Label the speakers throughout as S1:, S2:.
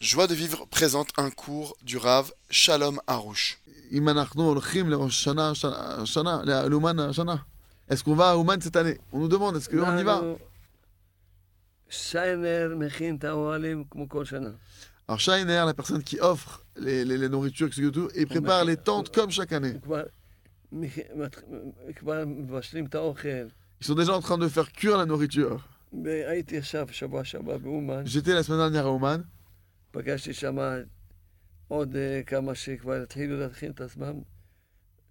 S1: Joie de vivre présente un cours du Rav Shalom Harouche.
S2: אם אנחנו הולכים לראש שנה, שנה- שנה, לאומן השנה. Est-ce qu'on va à Ouman cette année On nous demande, est-ce qu'on y va
S3: אנחנו- שיינר מכין את האוהלים כמו כל שנה.
S2: Alors Shiner, la personne qui offre les, les- les nourritures, etc., tout, il prépare les tentes comme chaque année.
S3: כבר, מכ- מת- כבר מבשלים את האוכל.
S2: Ils sont déjà en train de faire cuire la nourriture.
S3: הייתי עכשיו שבוע שעבר באומן,
S2: J'étais la semaine dernière à Ouman,
S3: פגשתי שם עוד אה, כמה שכבר התחילו להתחיל את עצמם,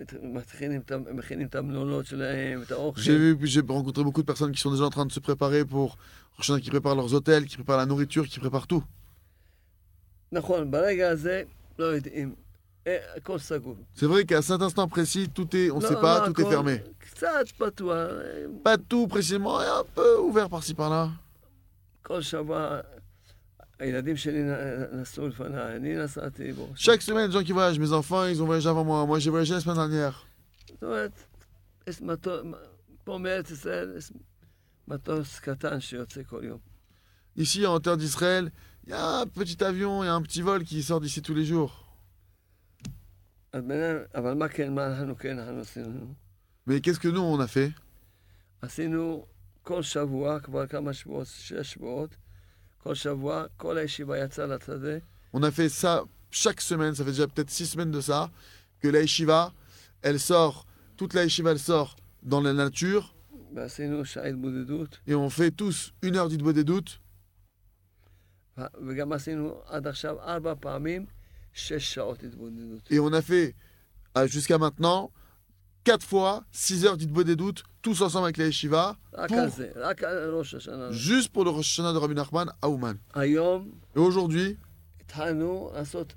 S3: את- מתחילים את ה- מכינים את המלונות שלהם, את האוכל.
S2: j'ai vu- j'ai rencontré beaucoup de personnes qui sont déjà en train de se préparer pour Rosh Hashanah, qui préparent leurs hôtels, qui préparent la nourriture, qui préparent tout.
S3: נכון, ברגע הזה לא יודעים, אה, הכל סגור.
S2: C'est vrai qu'à cet instant précis, tout est, on ne
S3: לא,
S2: sait pas,
S3: לא,
S2: tout est
S3: הכל
S2: fermé.
S3: קצת פתוח, אה,
S2: Pas tout précisément, et un peu ouvert par-ci par-là.
S3: כל שבוע הילדים שלי נ- נסעו לפניי, אני נסעתי בו.
S2: Chaque semaine, les gens qui voyagent, mes enfants, ils ont voyagé avant moi. Moi, j'ai voyagé la semaine dernière.
S3: זאת אומרת, יש מטוס, פה מארץ ישראל יש מטוס קטן שיוצא כל יום.
S2: Ici, en terre d'Israël, il y a un petit avion, il y a un petit vol qui sort d'ici tous les jours.
S3: אז בעיניי, אבל מה כן, מה אנחנו כן, אנחנו עשינו?
S2: Mais qu'est-ce que nous, on a fait
S3: עשינו כל שבוע, כבר כמה שבועות, שש שבועות, כל שבוע, כל הישיבה יצאה לשדה,
S2: On a fait ça chaque semaine, ça fait déjà peut-être six semaines de ça, que la yeshiva, elle sort, toute la yeshiva, elle sort dans la nature,
S3: ועשינו שעה התבודדות,
S2: et on fait tous une heure d'Idbo des doutes,
S3: ו- וגם עשינו עד עכשיו ארבע פעמים שש שעות התבודדות.
S2: et on a fait, euh, jusqu'à maintenant, quatre fois six heures d'Idbo des doutes, tous ensemble avec la yeshiva,
S3: רק
S2: פוך.
S3: על זה, רק על ראש השנה.
S2: juste pour le Rosh Hashanah de Rabbi Nachman à Ouman.
S3: היום
S2: Et aujourd'hui,
S3: התחלנו לעשות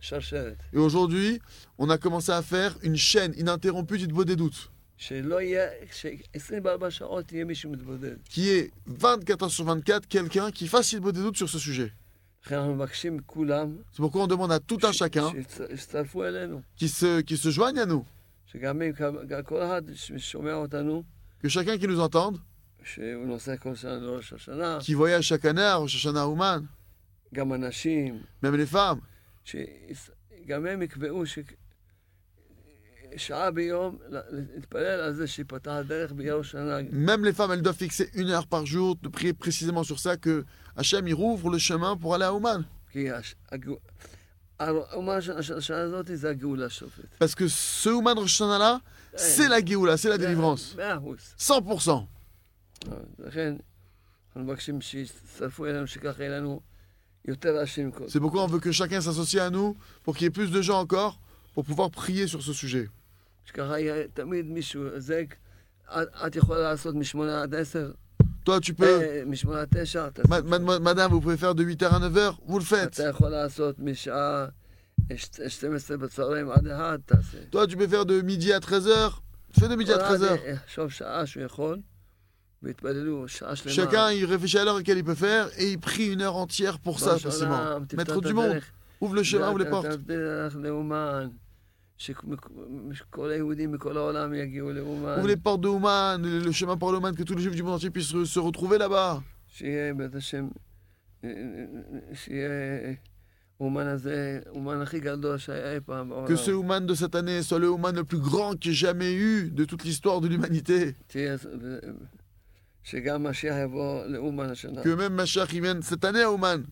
S3: שרשרת,
S2: et aujourd'hui, on a commencé à faire une chaîne ininterrompue d'Idbo des doutes,
S3: שלא יהיה, ש-24 שעות יהיה מישהו מתבודד.
S2: qui est 24 heures sur 24, quelqu'un qui fasse Idbo des doutes sur ce sujet.
S3: לכן אנחנו מבקשים מכולם,
S2: C'est pourquoi on demande à tout un
S3: ש-
S2: chacun
S3: שיצ- שיצטרפו אלינו.
S2: qui se, qui se joignent à nous,
S3: שגם אם גם כל אחד ששומע אותנו,
S2: que chacun qui nous entende,
S3: שהוא נוסע כל שנה לראש השנה,
S2: qui voyage chaque année à Rosh Hashanah à Ouman,
S3: גם אנשים,
S2: même les femmes,
S3: שגם הם יקבעו ש... שעה ביום לה- להתפלל על זה שייפתח הדרך בגלל ראש השנה.
S2: même les femmes, elles doivent fixer une heure par jour de prier précisément sur ça que Hachem il rouvre le chemin pour aller à Ouman.
S3: כי הש- הגאו- הר- אומה של הש- השנה הזאת זה הגאולה שופט.
S2: Parce que ce Ouman Rosh Hashanah là, c'est la Géoula, c'est la délivrance.
S3: מאה אחוז.
S2: 100%.
S3: לכן, אנחנו מבקשים שיצטרפו אלינו, שככה יהיה לנו יותר אנשים. כל-
S2: C'est pourquoi on veut que chacun s'associe à nous pour qu'il y ait plus de gens encore pour pouvoir prier sur ce sujet.
S3: שככה יהיה תמיד מישהו, זה, את- את יכולה לעשות משמונה עד עשר,
S2: Toi, tu peux,
S3: אה, משמונה עד תשע, אתה-
S2: ma- ma- ma- madame, vous pouvez faire de 8h à 9h, vous le faites.
S3: אתה יכול לעשות משעה אה, ש- 12 בצהריים עד 1, תעשה.
S2: Toi, tu peux faire de midi à 13h, fais de midi à
S3: כל
S2: 13h.
S3: אחד יחשוב שעה שהוא יכול, ויתפללו שעה שלמה.
S2: Chacun, il réfléchit à l'heure laquelle il peut faire et il prie une heure entière pour ça,
S3: ראש
S2: précisément.
S3: העולם, תפתח
S2: Maître
S3: את
S2: du monde,
S3: הדרך.
S2: ouvre le chemin, ouvre les
S3: אתה
S2: portes.
S3: תלך לאומן, שכ- שכל היהודים מכל העולם y'a לאומן.
S2: Ouvre les portes de Ouman, le le chemin par l'Ouman, que tous les juifs du monde entier puissent se se retrouver là-bas.
S3: שיהיה בעזרת השם, אה, אה, אה, שיהיה אומן הזה, אומן הכי גדול שהיה אי פעם
S2: Que
S3: בעולם.
S2: ce Ouman de cette année soit le Ouman le plus grand qu'il ait jamais eu de toute l'histoire de l'humanité.
S3: תהיה, ו- שגם משיח יבוא לאומן השנה.
S2: Que même Machach y vienne cette année à Ouman.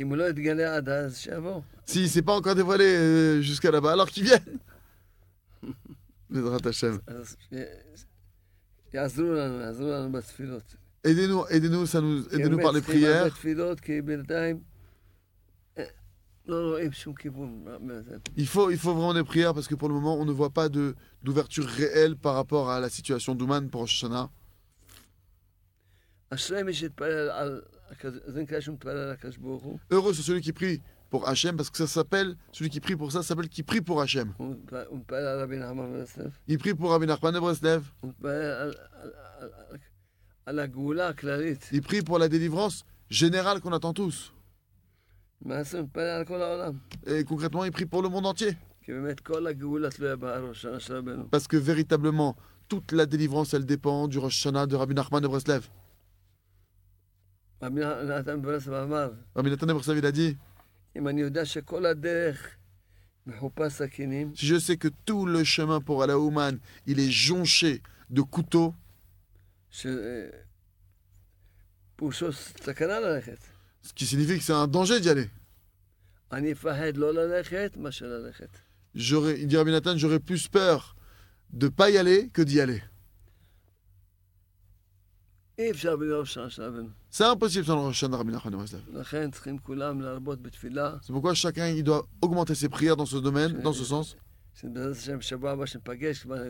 S3: אם הוא לא יתגלה עד אז, שיבוא.
S2: S'il ne s'est pas encore dévoilé euh, jusqu'à là-bas, alors qu'il vienne. Bezrat Hashem.
S3: אז ש- יעזרו לנו, יעזרו לנו בתפילות.
S2: Aidez-nous, aidez-nous, ça nous, aidez-nous par les
S3: באמת, צריכים הרבה
S2: prières.
S3: תפילות, כי בינתיים אה, לא רואים שום כיוון. מה- מה זה.
S2: Il faut, il faut vraiment des prières parce que pour le moment, on ne voit pas de, d'ouverture réelle par rapport à la situation d'Ouman pour Rosh Hashanah.
S3: אשרי מי שיתפלל על... הקד- זה נקרא שהוא מתפלל על הקדוש ברוך הוא.
S2: Heureux, c'est celui qui prie pour Hachem parce que ça s'appelle, celui qui prie pour ça s'appelle qui prie pour Hachem.
S3: הוא מתפלל- הוא מתפלל על רבי נחמן ויוסף.
S2: Il prie pour Rabbi Nachman de Breslev,
S3: הוא מתפלל על- על- על- על- על הגאולה הכללית.
S2: il prie pour la délivrance générale qu'on attend tous.
S3: למעשה הוא מתפלל על כל העולם.
S2: Et concrètement, il prie pour le monde entier
S3: כי באמת כל הגאולה תלויה בראש השנה של רבנו.
S2: parce que véritablement, toute la délivrance, elle dépend du Rosh Hashanah de Rabbi Nachman de Breslev.
S3: רבי נתן ברסלב אמר,
S2: Rabbi Nathan de Breslav, il a dit
S3: אם אני יודע שכל הדרך מחופה סכינים,
S2: Si je sais que tout le chemin pour aller à Ouman, il est jonché de couteaux,
S3: שפירושו סכנה ללכת.
S2: ce qui signifie que c'est un danger d'y aller.
S3: אני אפחד לא ללכת מאשר ללכת.
S2: J'aurais, il dit Rabbi Nathan, j'aurais plus peur de pas y aller que d'y aller.
S3: אי אפשר בלי ראש השלבים.
S2: C'est impossible sans le Rosh Hashanah, Rabbi Nachman de Breslav.
S3: לכן צריכים כולם להרבות בתפילה,
S2: C'est pourquoi chacun il doit augmenter ses prières dans ce domaine, dans ce sens.
S3: שבעזרת השם בשבוע הבא שניפגש כבר,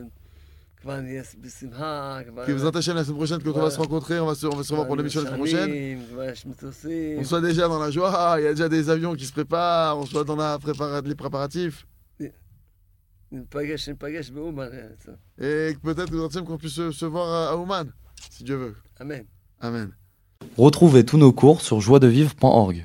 S3: כבר נהיה בשמחה, כבר...
S2: Que vous Hachem, la semaine prochaine, quand on va se rencontrer, on va se, on va se revoir pour l'émission la semaine prochaine.
S3: שנים, כבר יש מטוסים,
S2: On soit déjà dans la joie, il y a déjà des avions qui se préparent, on soit dans la prépara- les préparatifs.
S3: ניפגש, ניפגש באומן, אה,
S2: Et peut-être que Hachem, qu'on puisse se, se voir à- à Ouman, si Dieu veut.
S3: אמן.
S2: Amen.
S4: Retrouvez tous nos cours sur joiedevivre.org.